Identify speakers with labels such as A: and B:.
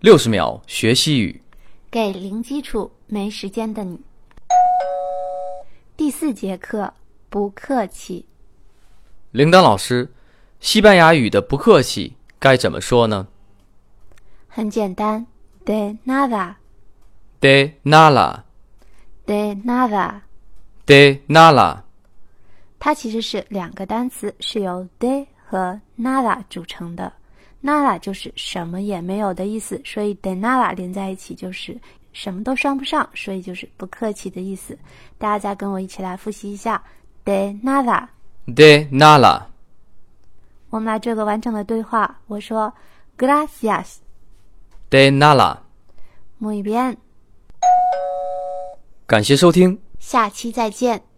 A: 六十秒学西语。
B: 给零基础、没时间的你。第四节课，不客气。
A: 铃铛老师，西班牙语的不客气该怎么说呢
B: 很简单，de nada，de
A: ？De nada,
B: nada。
A: de nada。
B: 它其实是两个单词，是由 de 和 nada 组成的。nada 就是什么也没有的意思，所以 de nada 连在一起就是什么都算不上，所以就是不客气的意思。大家再跟我一起来复习一下 de nada。
A: de nada。
B: 我们来做个完整的对话。我说 gracias
A: de nada。
B: muy bien，
A: 感谢收听。
B: 下期再见。